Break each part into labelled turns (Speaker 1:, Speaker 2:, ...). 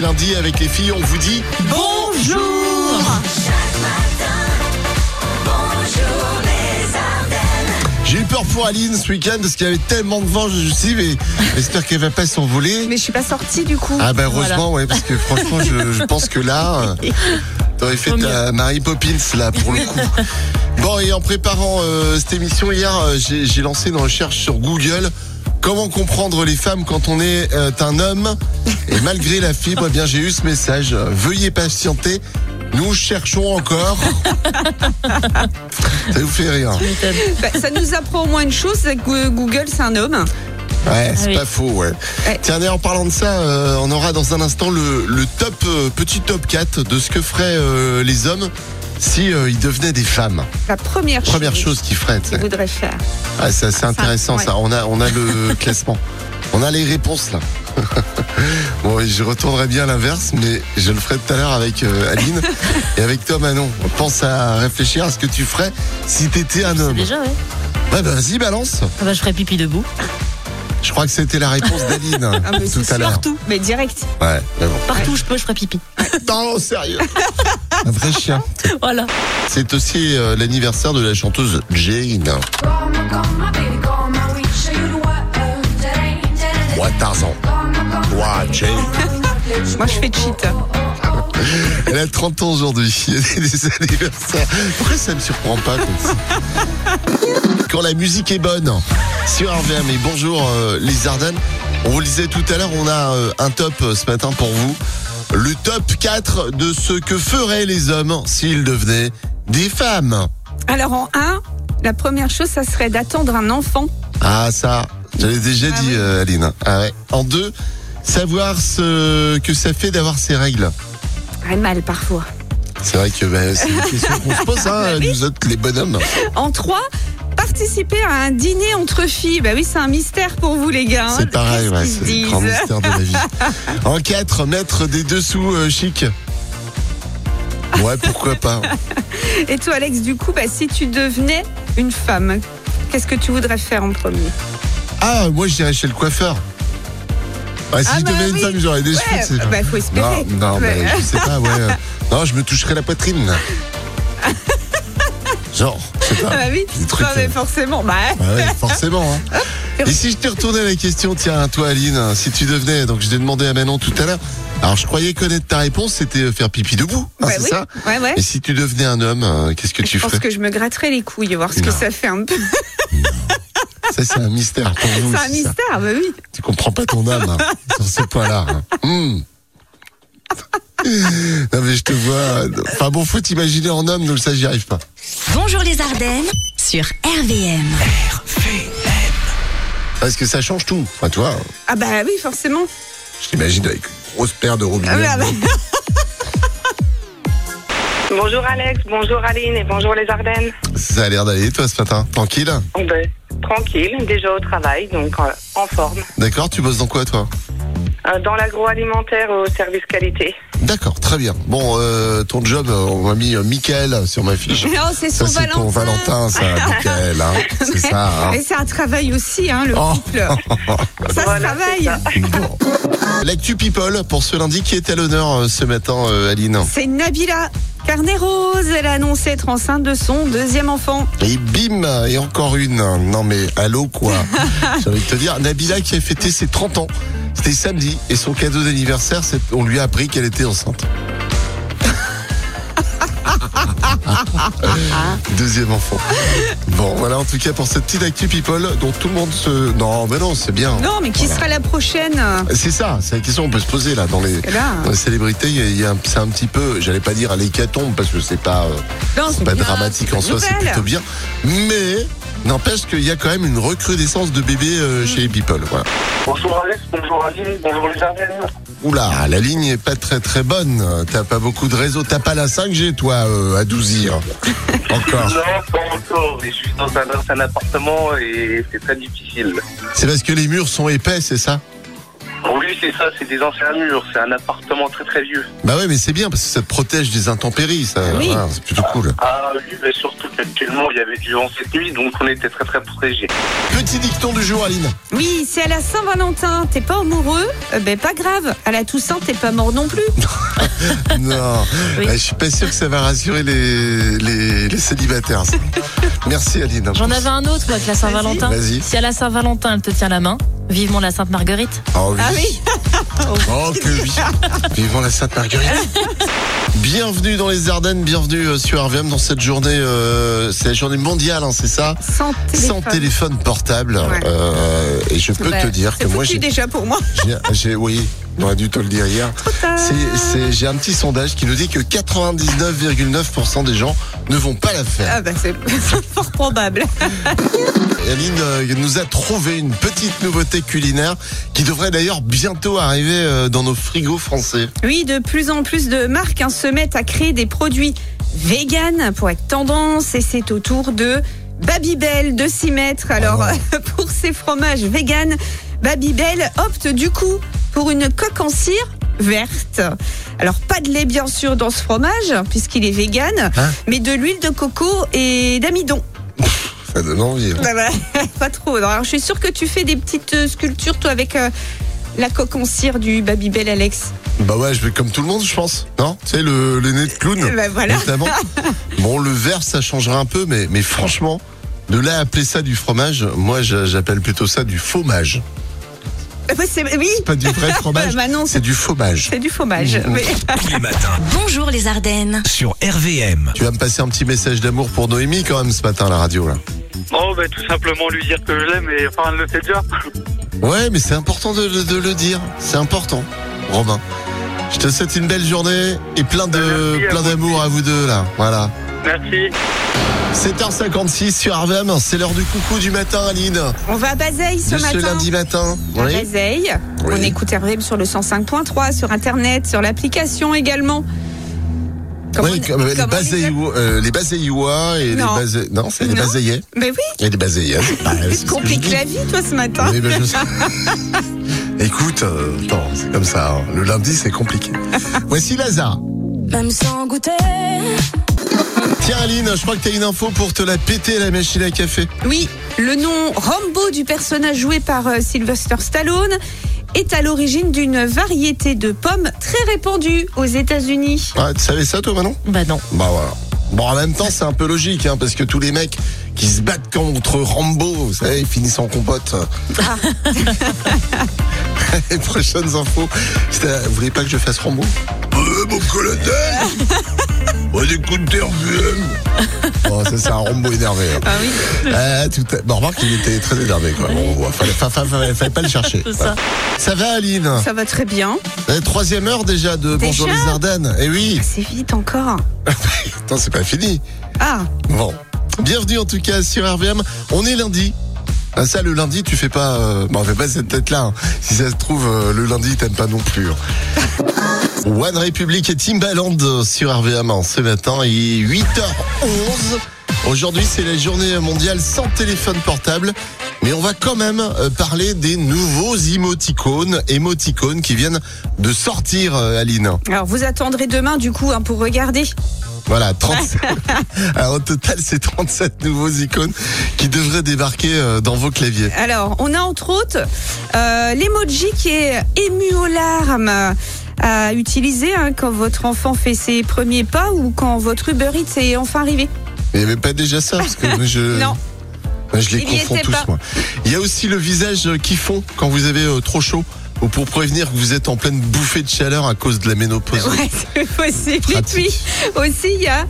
Speaker 1: lundi avec les filles, on vous dit
Speaker 2: Bonjour
Speaker 1: J'ai eu peur pour Aline ce week-end parce qu'il y avait tellement de vent, je me suis dit, mais j'espère qu'elle va pas s'envoler.
Speaker 3: Mais je suis pas sortie du coup.
Speaker 1: Ah bah heureusement, ouais, parce que franchement, je, je pense que là, euh, t'aurais fait
Speaker 2: Tant
Speaker 1: ta Mary Poppins, là, pour le coup. Bon, et en préparant euh, cette émission hier, euh, j'ai j'ai lancé une recherche sur Google. Comment comprendre les femmes quand on est euh, un homme Et malgré la fibre, eh bien j'ai eu ce message. euh, Veuillez patienter, nous cherchons encore. Ça vous fait rire.
Speaker 3: Bah, ça nous apprend au moins une chose, c'est que Google c'est un homme.
Speaker 1: Ouais, c'est
Speaker 2: Ah oui.
Speaker 1: pas faux, ouais.
Speaker 3: Ouais.
Speaker 1: Tiens, d'ailleurs, en parlant de ça, euh, on aura dans un instant le, le top, euh, petit top 4 de ce que feraient euh, les hommes si euh, ils devenaient des femmes.
Speaker 3: La première,
Speaker 1: Première chose qu'ils feraient, tu sais.
Speaker 3: qu'ils voudraient faire.
Speaker 1: Ah, ça, c'est intéressant,
Speaker 3: ouais.
Speaker 1: ça. On a, on a le classement. On a les réponses, là. bon, et je retournerai bien à l'inverse, mais je le ferai tout à l'heure avec euh, Aline et avec Tom Manon. Pense à réfléchir à ce que tu ferais si t'étais un homme.
Speaker 2: Déjà, ouais.
Speaker 1: Ouais, bah, vas-y, balance.
Speaker 2: Ah bah, je ferais pipi debout.
Speaker 1: Je crois que c'était la réponse d'Aline
Speaker 3: Ah, mais
Speaker 1: tout
Speaker 3: c'est
Speaker 1: à l'heure.
Speaker 3: surtout, mais direct.
Speaker 1: Ouais, mais bon.
Speaker 2: Partout où je peux, je ferais pipi.
Speaker 1: Non, sérieux. Un vrai chien.
Speaker 2: Voilà.
Speaker 1: C'est aussi euh, l'anniversaire de la chanteuse Jane.
Speaker 4: Call my, call my baby, call my week. Show you the world that ain't dead.
Speaker 1: Moi, Tarzan.
Speaker 4: Call my, call my
Speaker 1: Moi, Jane.
Speaker 3: Moi je fais cheat.
Speaker 1: Elle a 30 ans aujourd'hui. Il y a des anniversaires. Pourquoi ça me surprend pas comme ça Quand la musique est bonne sur RVM. Et bonjour euh, les Ardennes. On vous le disait tout à l'heure, on a euh, un top euh, ce matin pour vous. Le top 4 de ce que feraient les hommes s'ils devenaient des femmes.
Speaker 3: Alors en 1, la première chose ça serait d'attendre un enfant.
Speaker 1: Ah ça, j'avais déjà
Speaker 3: Ah
Speaker 1: dit
Speaker 3: oui.
Speaker 1: euh, Aline. Ah ouais. En deux, savoir ce que ça fait d'avoir ses règles.
Speaker 3: Ah, mal parfois.
Speaker 1: C'est vrai que bah, c'est une question qu'on se pose, hein, nous autres les bonhommes.
Speaker 3: En 3, participer à un dîner entre filles. Bah oui, c'est un mystère pour vous les gars. hein.
Speaker 1: c'est pareil,
Speaker 3: Qu'est-ce
Speaker 1: ouais,
Speaker 3: qu'ils
Speaker 1: c'est le
Speaker 3: disent
Speaker 1: grand mystère de la vie. En quatre, mettre des dessous euh, chic. Ouais, pourquoi pas.
Speaker 3: Et toi Alex, du coup, bah, si tu devenais une femme, qu'est-ce que tu voudrais faire en premier
Speaker 1: Ah, moi j'irais chez le coiffeur. Ah, si
Speaker 3: Ah,
Speaker 1: je
Speaker 3: bah
Speaker 1: devenais une
Speaker 3: oui.
Speaker 1: femme, j'aurais des cheveux.
Speaker 3: Ouais,
Speaker 1: c'est-
Speaker 3: bah faut espérer.
Speaker 1: Non, non,
Speaker 3: Ouais.
Speaker 1: mais je sais pas, ouais. euh, Non, je me toucherais la poitrine. Genre, je sais pas.
Speaker 3: Ah bah oui,
Speaker 1: Des trucs,
Speaker 3: non, mais
Speaker 1: euh,
Speaker 3: forcément. Bah,
Speaker 1: Bah ouais, forcément. hein. Et si je te retournais la question, tiens, toi Aline, hein, si tu devenais, donc je t'ai demandé à Manon tout à l'heure, alors je croyais connaître ta réponse, c'était euh, faire pipi debout, hein,
Speaker 3: bah
Speaker 1: c'est
Speaker 3: oui.
Speaker 1: ça
Speaker 3: ouais, ouais.
Speaker 1: Et si tu devenais un homme, euh, qu'est-ce que tu
Speaker 3: Je pense
Speaker 1: ferais
Speaker 3: que je me gratterais les couilles, voir ce que
Speaker 1: Non.
Speaker 3: ça fait un peu.
Speaker 1: Ça c'est un mystère pour vous.
Speaker 3: C'est un
Speaker 1: aussi, ça.
Speaker 3: mystère, bah oui.
Speaker 1: Tu comprends pas ton âme hein, sur ce point-là. hein. Hmm. Non mais je te vois. Enfin bon, faut t'imaginer en homme, donc ça j'y arrive pas.
Speaker 5: Bonjour les Ardennes sur RVM.
Speaker 1: Parce que ça change tout. Enfin toi,
Speaker 3: Ah bah oui, forcément.
Speaker 1: je t'imagine avec une grosse paire de robinets.
Speaker 3: Ah bah, bah,
Speaker 6: Bonjour Alex, bonjour Aline et bonjour les Ardennes.
Speaker 1: Ça a l'air d'aller toi ce matin. Tranquille.
Speaker 6: Oh ben, tranquille, déjà au travail, donc euh, en forme.
Speaker 1: D'accord. Tu bosses dans quoi toi
Speaker 6: Euh, dans l'agroalimentaire au service qualité.
Speaker 1: D'accord, très bien. Bon, euh, ton job, euh, on m'a mis euh, Michael sur ma fiche.
Speaker 3: Non, c'est son
Speaker 1: Ça, c'est
Speaker 3: Valentin.
Speaker 1: ton Valentin, ça, Michael. hein. C'est ça. hein.
Speaker 3: Mais c'est un travail aussi, hein, le
Speaker 1: Oh.
Speaker 3: couple. Ça se
Speaker 6: Voilà,
Speaker 3: travaille.
Speaker 1: Bon. L'actu People pour ce lundi qui est à l'honneur euh, ce matin, euh, Aline.
Speaker 3: C'est Nabila Carnet Rose. Elle a annoncé être enceinte de son deuxième enfant.
Speaker 1: Et bim, et encore une. Non mais allô quoi. J'ai envie de te dire, Nabila qui a fêté ses 30 ans. C'était samedi et son cadeau d'anniversaire, c'est- on lui a appris qu'elle était enceinte. Deuxième enfant. Bon, voilà en tout cas pour cette petite actu people dont tout le monde se. Non, mais non, c'est bien.
Speaker 3: Non, mais qui
Speaker 1: Voilà.
Speaker 3: sera la prochaine
Speaker 1: C'est ça, c'est la question qu'on peut se poser là dans les.
Speaker 3: Et là, hein.
Speaker 1: dans les célébrités, il y a- il y a un- c'est un petit peu, j'allais pas dire à l'hécatombe parce que c'est pas. euh,
Speaker 3: non,
Speaker 1: c'est pas
Speaker 3: bien,
Speaker 1: dramatique en
Speaker 3: une
Speaker 1: soi, c'est
Speaker 3: nouvelle.
Speaker 1: plutôt bien. Mais n'empêche qu'il y a quand même une recrudescence de bébés
Speaker 3: Mm.
Speaker 1: euh, chez les people. Voilà.
Speaker 7: Bonjour Alex, bonjour Aline, bonjour les Ardennes.
Speaker 1: Oula, la ligne est pas très très bonne. T'as pas beaucoup de réseau. T'as pas la 5G, toi, euh, à 12 heures. Encore.
Speaker 7: Non, pas encore, mais je suis dans un, dans un appartement et c'est très difficile.
Speaker 1: C'est parce que les murs sont épais, c'est ça
Speaker 7: Oui, Oui, c'est ça, c'est des anciens murs, c'est un appartement très très vieux.
Speaker 1: Bah ouais, mais c'est bien parce que ça te protège des intempéries, ça.
Speaker 2: Oui.
Speaker 1: Voilà, c'est plutôt cool.
Speaker 7: Ah oui, mais surtout qu'actuellement il y avait du vent cette nuit, donc on était très très protégés.
Speaker 1: Petit dicton du jour, Aline.
Speaker 3: Oui, c'est à la Saint-Valentin. T'es pas amoureux Eh Ben pas grave. À la Toussaint, t'es pas mort non plus.
Speaker 1: Non,
Speaker 2: Oui.
Speaker 1: Euh, je suis pas sûr que ça va rassurer les, les, les célibataires. ça. Merci, Aline.
Speaker 2: J'en avais un autre, moi, avec la Saint-Valentin.
Speaker 1: Vas-y.
Speaker 2: Si à la Saint-Valentin, elle te tient la main, vivement la Sainte-Marguerite.
Speaker 1: Oh oui. oh que oui. Vivant la Sainte Marguerite. Bienvenue dans les Ardennes, bienvenue euh, sur RVM dans cette journée, euh, c'est la journée mondiale, hein, c'est ça
Speaker 3: Sans
Speaker 1: Sans
Speaker 3: téléphone.
Speaker 1: téléphone portable.
Speaker 3: Ouais.
Speaker 1: Euh, et je peux
Speaker 3: Bah,
Speaker 1: te dire que
Speaker 3: c'est
Speaker 1: moi,
Speaker 3: foutu
Speaker 1: j'ai,
Speaker 3: déjà pour moi.
Speaker 1: j'ai- j'ai- oui, j'aurais dû te le dire hier.
Speaker 3: tard.
Speaker 1: C'est, c'est- j'ai un petit sondage qui nous dit que 99,9% des gens ne vont pas la faire.
Speaker 3: Ah bah c'est fort probable.
Speaker 1: Et Aline euh, nous a trouvé une petite nouveauté culinaire qui devrait d'ailleurs bientôt arriver euh, dans nos frigos français.
Speaker 3: Oui, de plus en plus de marques hein, se mettent à créer des produits vegan pour être tendance et c'est au tour de Babybel de s'y mettre. Alors pour ces fromages vegan, Babybel opte du coup pour une coque en cire verte. Alors pas de lait bien sûr dans ce fromage puisqu'il est vegan,
Speaker 1: Hein
Speaker 3: mais de l'huile de coco et d'amidon.
Speaker 1: Ça donne envie. hein.
Speaker 3: Ah bah, pas trop. non. Alors, je suis sûre que tu fais des petites euh, sculptures, toi, avec euh, la coque en cire du Babybel, Alex.
Speaker 1: Bah ouais, je vais comme tout le monde, je pense. Non Tu sais, le, le nez de clown,
Speaker 3: Eh ben, voilà.
Speaker 1: notamment. Bon, le vert, ça changera un peu, mais, mais franchement, de là à appeler ça du fromage, moi, je- j'appelle plutôt ça du fromage.
Speaker 3: Ah bah, c'est- oui,
Speaker 1: Pas du vrai fromage,
Speaker 3: Bah non,
Speaker 1: c'est du fromage.
Speaker 3: c'est du fromage.
Speaker 1: Mmh.
Speaker 3: Mais-
Speaker 8: Tous les matins
Speaker 5: Bonjour les Ardennes.
Speaker 8: sur RVM.
Speaker 1: Tu vas me passer un petit message d'amour pour Noémie quand même ce matin à la radio, là.
Speaker 7: Oh bah tout simplement lui dire que je l'aime et enfin elle le sait déjà.
Speaker 1: Ouais, mais c'est important de, de- de le dire. C'est important, Robin. Je te souhaite une belle journée et plein de
Speaker 7: Merci à
Speaker 1: plein
Speaker 7: vous
Speaker 1: d'amour à vous deux là. Voilà.
Speaker 7: Merci.
Speaker 1: 7h56 sur RVM, c'est l'heure du coucou du matin, Aline.
Speaker 3: On va à Bazeille ce
Speaker 1: de
Speaker 3: matin.
Speaker 1: ce lundi matin.
Speaker 3: À
Speaker 1: Oui.
Speaker 3: Bazeille.
Speaker 1: Oui.
Speaker 3: On écoute RVM sur le 105.3, sur Internet, sur l'application également. Comme
Speaker 1: Oui,
Speaker 3: on-
Speaker 1: comme, euh, les
Speaker 3: comme on les a-
Speaker 1: Baseillois euh, les Baseillois et
Speaker 3: Non.
Speaker 1: les Baseilles. Non, c'est les
Speaker 3: Non.
Speaker 1: Baseillais.
Speaker 3: Mais oui,
Speaker 1: Et les Baseillais.
Speaker 3: tu te compliques la vie, toi, ce matin.
Speaker 1: Oui, ben, je sais. Écoute, euh, attends, c'est comme ça. hein. Le lundi, c'est compliqué. Voici Lazare.
Speaker 5: Même sans goûter.
Speaker 1: Tiens, Aline, je crois que t'as une info pour te la péter, la machine à café.
Speaker 3: Oui, le nom Rambo du personnage joué par euh, Sylvester Stallone est à l'origine d'une variété de pommes très répandue aux États-Unis.
Speaker 1: Ah, tu savais ça, toi, Manon
Speaker 2: Bah non.
Speaker 1: Bah voilà. Bon, en même temps, c'est un peu logique, hein, parce que tous les mecs qui se battent contre Rambo, vous savez, ils finissent en compote. Ah. les prochaines infos. C'était, euh, Vous voulez pas que je fasse Rambo Euh, mon colonel Moi, j'écoute RVM. Bon, ça, c'est un Rambo énervé. hein.
Speaker 3: Ah oui,
Speaker 1: Euh, tout à- Bon, remarque, il était très énervé, quoi. Bon, bon, fallait, fa- fa- fallait- fallait pas le chercher.
Speaker 2: C'est ça.
Speaker 1: Ça va, Aline
Speaker 3: ça va très bien.
Speaker 1: Euh, Troisième heure déjà de Bonjour les Ardennes. Eh oui,
Speaker 3: C'est vite encore.
Speaker 1: attends, c'est pas fini.
Speaker 3: Ah,
Speaker 1: Bon. Bienvenue en tout cas sur RVM. On est lundi. Ah, ça, le lundi, tu fais pas. Euh... Bon, fais pas cette tête-là. hein. Si ça se trouve, euh, le lundi, t'aimes pas non plus. hein. One Republic et Timbaland euh, sur RVM hein, ce matin. Il est 8h11. Aujourd'hui, c'est la journée mondiale sans téléphone portable. Mais on va quand même euh, parler des nouveaux émoticônes, émoticônes qui viennent de sortir, euh, Aline.
Speaker 3: alors vous attendrez demain du coup hein, pour regarder.
Speaker 1: Voilà, 37. Alors, au total, c'est 37 nouveaux icônes qui devraient débarquer euh, dans vos claviers.
Speaker 3: Alors, on a entre autres euh, l'emoji qui est ému aux larmes euh, à utiliser hein, quand votre enfant fait ses premiers pas ou quand votre Uber Eats est enfin arrivé.
Speaker 1: Il n'y avait pas déjà ça parce que moi, je.
Speaker 3: Non.
Speaker 1: Moi, je les
Speaker 3: Il y
Speaker 1: confonds
Speaker 3: était
Speaker 1: tous,
Speaker 3: pas.
Speaker 1: moi. Il y a aussi le visage euh, qui fond quand vous avez euh, trop chaud ou pour prévenir que vous êtes en pleine bouffée de chaleur à cause de la ménopause.
Speaker 3: Ouais, c'est possible. Et puis
Speaker 1: Pratique.
Speaker 3: aussi, il y a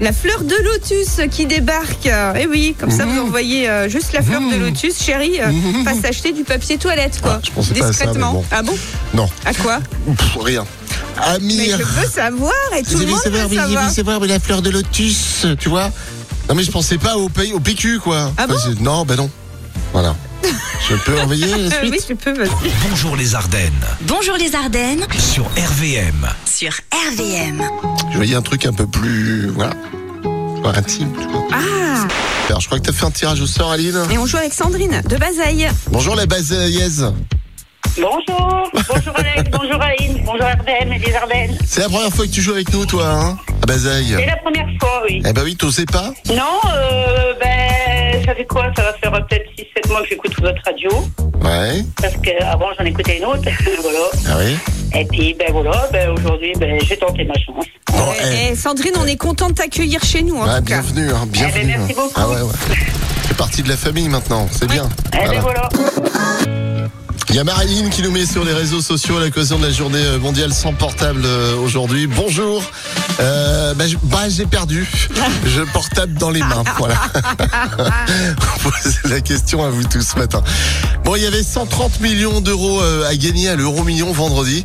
Speaker 3: la fleur de lotus qui débarque. Eh oui, comme ça,
Speaker 1: Mmh.
Speaker 3: vous envoyez euh, juste la fleur de lotus, chérie. euh, Pas s'acheter du papier toilette, quoi.
Speaker 1: Ah, je pensais pas à ça, mais
Speaker 3: discrètement.
Speaker 1: bon.
Speaker 3: Ah bon
Speaker 1: Non,
Speaker 3: À quoi
Speaker 1: Pff, rien.
Speaker 3: Mais
Speaker 1: Amir.
Speaker 3: je veux savoir et tout
Speaker 1: J'ai
Speaker 3: le
Speaker 1: vu
Speaker 3: monde
Speaker 1: savoir,
Speaker 3: veut
Speaker 1: oui, j'ai vu
Speaker 3: savoir.
Speaker 1: savoir, mais la fleur de lotus, tu vois. Non, mais je pensais pas au, pays, au PQ, quoi.
Speaker 3: Ah bon
Speaker 1: j'ai- non, ben non. Voilà. je peux envoyer la
Speaker 3: Euh,
Speaker 1: suite
Speaker 3: oui, tu peux, vas-y.
Speaker 8: Bonjour les Ardennes
Speaker 5: Bonjour les Ardennes
Speaker 8: sur RVM.
Speaker 5: sur RVM.
Speaker 1: Je voyais un truc un peu plus. Voilà. Quoi, intime. tu vois.
Speaker 3: Ah
Speaker 1: Alors, je crois que t'as fait un tirage au sort, Aline.
Speaker 3: Et on joue avec Sandrine de Bazaille.
Speaker 1: Bonjour la Bazaillaise.
Speaker 6: Bonjour, bonjour Alex, bonjour Aline, bonjour RDM et les Ardennes.
Speaker 1: C'est la première fois que tu joues avec nous, toi, hein Ah bah
Speaker 6: C'est
Speaker 1: Zaï.
Speaker 6: la première fois, oui.
Speaker 1: Eh bah oui, t'osais pas
Speaker 6: Non, euh, ben, ça fait quoi Ça va faire euh, peut-être 6-7 mois que j'écoute votre radio.
Speaker 1: Ouais.
Speaker 6: Parce qu'avant, j'en écoutais une autre. voilà.
Speaker 1: Ah oui
Speaker 6: Et puis, ben voilà, ben, aujourd'hui, ben, j'ai tenté ma chance.
Speaker 1: Bon,
Speaker 3: Eh,
Speaker 1: eh,
Speaker 3: eh, Sandrine, on est content de t'accueillir chez nous, en
Speaker 1: bah,
Speaker 3: tout cas.
Speaker 1: bienvenue, hein, bienvenue.
Speaker 6: Eh ben, merci beaucoup.
Speaker 1: Ah ouais, ouais. Tu fais partie de la famille maintenant, c'est bien.
Speaker 6: Eh ben
Speaker 1: Voilà.
Speaker 6: voilà.
Speaker 1: Il y a Marilyn qui nous met sur les réseaux sociaux à l'occasion de la journée euh, mondiale sans portable euh, aujourd'hui. Bonjour. Euh, bah, je- bah, j'ai perdu. Je portable dans les mains. Voilà. On pose la question à vous tous ce matin. Bon, il y avait 130 millions d'euros euh, à gagner à l'euro million vendredi.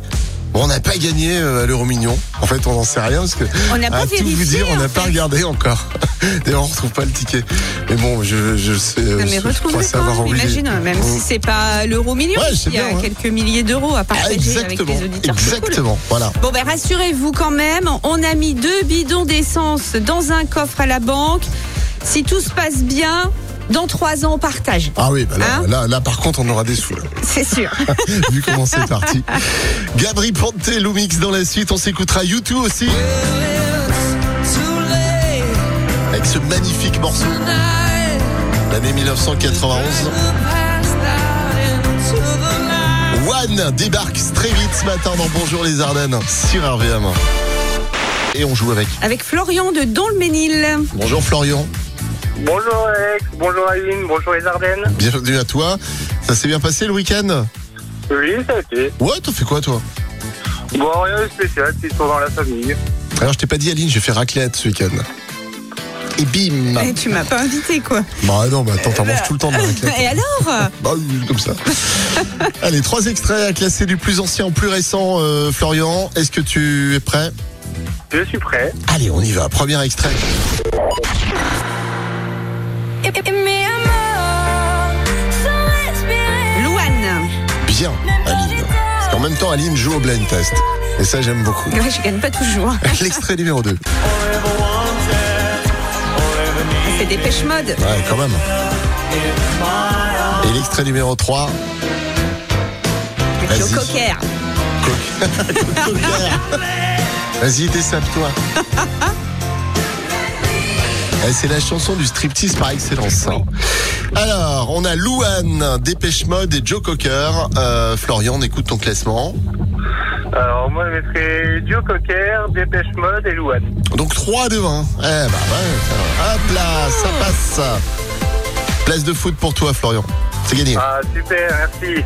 Speaker 1: Bon, on n'a pas gagné euh, à l'euro million. En fait, on n'en sait rien parce que
Speaker 3: On n'a pas
Speaker 1: à tout vous
Speaker 3: vérifié,
Speaker 1: dire, on
Speaker 3: en
Speaker 1: n'a pas
Speaker 3: fait.
Speaker 1: regardé encore. D'ailleurs, on retrouve pas le ticket. Mais bon, je, je sais. euh,
Speaker 3: Non, mais
Speaker 1: je crois
Speaker 3: retrouve
Speaker 1: savoir
Speaker 3: le
Speaker 1: oublié.
Speaker 3: imagine, même si c'est pas l'euro million,
Speaker 1: Mmh. Ouais, je sais
Speaker 3: il y a
Speaker 1: bien, ouais.
Speaker 3: quelques milliers d'euros à
Speaker 1: Ah,
Speaker 3: partager
Speaker 1: Exactement.
Speaker 3: avec les auditeurs. C'est cool.
Speaker 1: Exactement. Voilà.
Speaker 3: Bon ben rassurez-vous quand même, on a mis deux bidons d'essence dans un coffre à la banque. Si tout se passe bien, dans trois ans on partage,
Speaker 1: Ah oui, bah là,
Speaker 3: Hein
Speaker 1: là, là, par contre, on aura des sous, là,
Speaker 3: c'est sûr.
Speaker 1: vu comment c'est parti. Gabri Ponte, Lumix dans la suite, on s'écoutera YouTube aussi. Avec ce magnifique morceau. L'année 1991. One débarque très vite ce matin dans Bonjour les Ardennes sur RVM. Et on joue avec.
Speaker 3: Avec Florian de Don le Ménil.
Speaker 1: Bonjour Florian,
Speaker 7: Bonjour Alex, bonjour Aline, bonjour les Ardennes.
Speaker 1: bienvenue à toi. Ça s'est bien passé le week-end
Speaker 7: Oui, ça a été.
Speaker 1: Ouais, t'as fait quoi toi
Speaker 7: Bon, rien de spécial, c'est toujours dans la famille.
Speaker 1: Alors je t'ai pas dit Aline, j'ai fait raclette ce week-end. Et bim
Speaker 3: Eh, tu m'as pas invité quoi.
Speaker 1: Bah non, mais attends, t'en manges tout le temps de la raclette.
Speaker 3: Et alors euh,
Speaker 1: Bah oui, comme ça. Allez, trois extraits à classer du plus ancien au plus récent, euh, Florian. Est-ce que tu es prêt
Speaker 7: Je suis prêt.
Speaker 1: Allez, on y va. Premier extrait.
Speaker 3: Louane.
Speaker 1: Bien, Aline. Parce qu'en même temps, Aline joue au blind test. Et ça, j'aime beaucoup.
Speaker 3: Ouais, je gagne pas toujours. hein.
Speaker 1: L'extrait numéro 2.
Speaker 3: C'est des pêches mode.
Speaker 1: Ouais, quand même. Et l'extrait numéro 3.
Speaker 3: Le
Speaker 1: Vas-y.
Speaker 3: cocker.
Speaker 1: Vas-y, désappe-toi. Eh, C'est la chanson du striptease par excellence. hein. Alors, on a Louane, Dépêche Mode et Joe Cocker. Euh, Florian, on écoute ton classement.
Speaker 7: Alors, moi, je mettrais Dio Cocker, Dépêche Mode et Louane.
Speaker 1: Donc 3 de 1. Eh bah ouais, ça va. hop là, ça passe. Place de foot pour toi, Florian. C'est gagné.
Speaker 7: Ah, super, merci.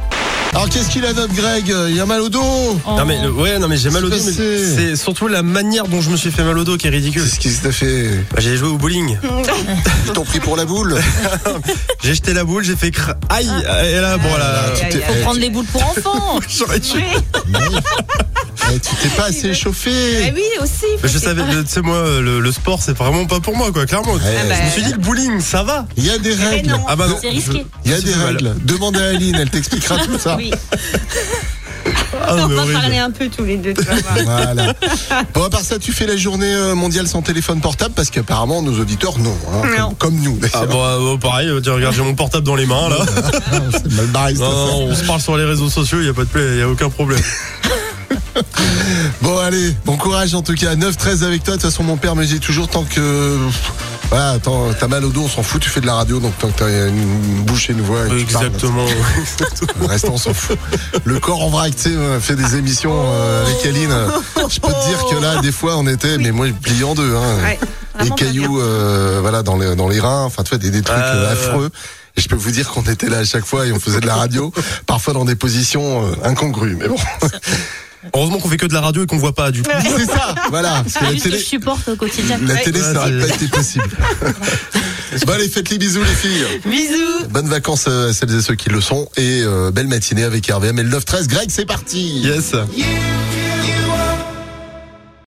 Speaker 1: Alors, qu'est-ce qu'il a notre Greg Il a mal au dos
Speaker 2: Oh.
Speaker 9: Non mais le- ouais non mais j'ai mal au dos mais
Speaker 1: Qu'est-ce que c'est
Speaker 9: c'est surtout la manière dont je me suis fait mal au dos qui est ridicule.
Speaker 1: Qu'est-ce qu'il s'est fait
Speaker 9: Bah, j'ai joué au bowling,
Speaker 1: Ils t'ont pris pour la boule
Speaker 9: j'ai jeté la boule, j'ai fait cra... Ah, aïe et là bon là
Speaker 3: Aïe, aïe,
Speaker 1: t'es-
Speaker 3: aïe.
Speaker 1: eh,
Speaker 2: Prendre les boules pour enfants.
Speaker 9: j'aurais dû.
Speaker 1: eh, Tu t'es pas assez
Speaker 3: Eh
Speaker 1: chauffé
Speaker 3: oui aussi. faut
Speaker 9: Je
Speaker 3: que-
Speaker 9: savais tu sais moi euh, le, le sport c'est vraiment pas pour moi quoi clairement.
Speaker 1: bah,
Speaker 9: je me suis dit le bowling ça va.
Speaker 1: Il y a des
Speaker 3: Ah Eh
Speaker 1: règles.
Speaker 3: non.
Speaker 9: bah non.
Speaker 2: C'est risqué.
Speaker 1: Il y a
Speaker 9: J'ai
Speaker 1: des
Speaker 9: du mal.
Speaker 1: règles. Demande à Aline, elle t'expliquera tout ça.
Speaker 3: Oui.
Speaker 9: Ah,
Speaker 3: On
Speaker 9: mais
Speaker 3: va
Speaker 9: horrible.
Speaker 3: parler un peu tous les deux. tu vas voir.
Speaker 1: Voilà. Bon, à part ça, tu fais la journée euh, mondiale sans téléphone portable parce qu'apparemment, nos auditeurs, non. hein,
Speaker 3: Non.
Speaker 1: Comme, comme nous.
Speaker 9: Ah
Speaker 1: d'ailleurs.
Speaker 9: bon, ah, bon, pareil, tu regardes, j'ai mon portable dans les mains là.
Speaker 1: C'est mal barré, cette
Speaker 9: Non, non,
Speaker 1: affaire.
Speaker 9: on se parle sur les réseaux sociaux, il y a pas de plaie, il y a aucun problème.
Speaker 1: Bon, allez, bon courage en tout cas. 9-13 avec toi. De toute façon, mon père me dit toujours tant que. Voilà, tant- t'as mal au dos, on s'en fout, tu fais de la radio, donc tant que t'as une bouche et une voix. et que tu parles,
Speaker 9: Exactement.
Speaker 1: Le reste, on s'en fout. Le corps en vrac, tu sais, on fait des émissions euh, avec Aline. Je peux te dire que là, des fois, on était, mais moi, plié en deux. Hein.
Speaker 3: Ouais,
Speaker 1: des
Speaker 3: vraiment pas
Speaker 1: cailloux euh, voilà, dans, les, dans les reins, enfin, tu vois, des, des trucs
Speaker 9: Ouais,
Speaker 1: euh,
Speaker 9: ouais.
Speaker 1: affreux. Et je peux vous dire qu'on était là à chaque fois et on faisait de la radio, parfois dans des positions euh, incongrues. Mais bon,
Speaker 9: Heureusement qu'on fait que de la radio et qu'on voit pas du coup.
Speaker 1: c'est ça, voilà. Parce que
Speaker 2: C'est
Speaker 1: la
Speaker 2: juste que
Speaker 1: télé,
Speaker 2: je supporte au quotidien.
Speaker 1: la télé ça
Speaker 9: Ouais,
Speaker 1: n'aurait
Speaker 9: c'est-
Speaker 1: pas été possible. bon, allez, faites les bisous, les filles.
Speaker 3: Bisous.
Speaker 1: Bonnes vacances euh, à celles et ceux qui le sont. Et euh, belle matinée avec RVM et le 9-13. Greg, c'est parti.
Speaker 9: Yes.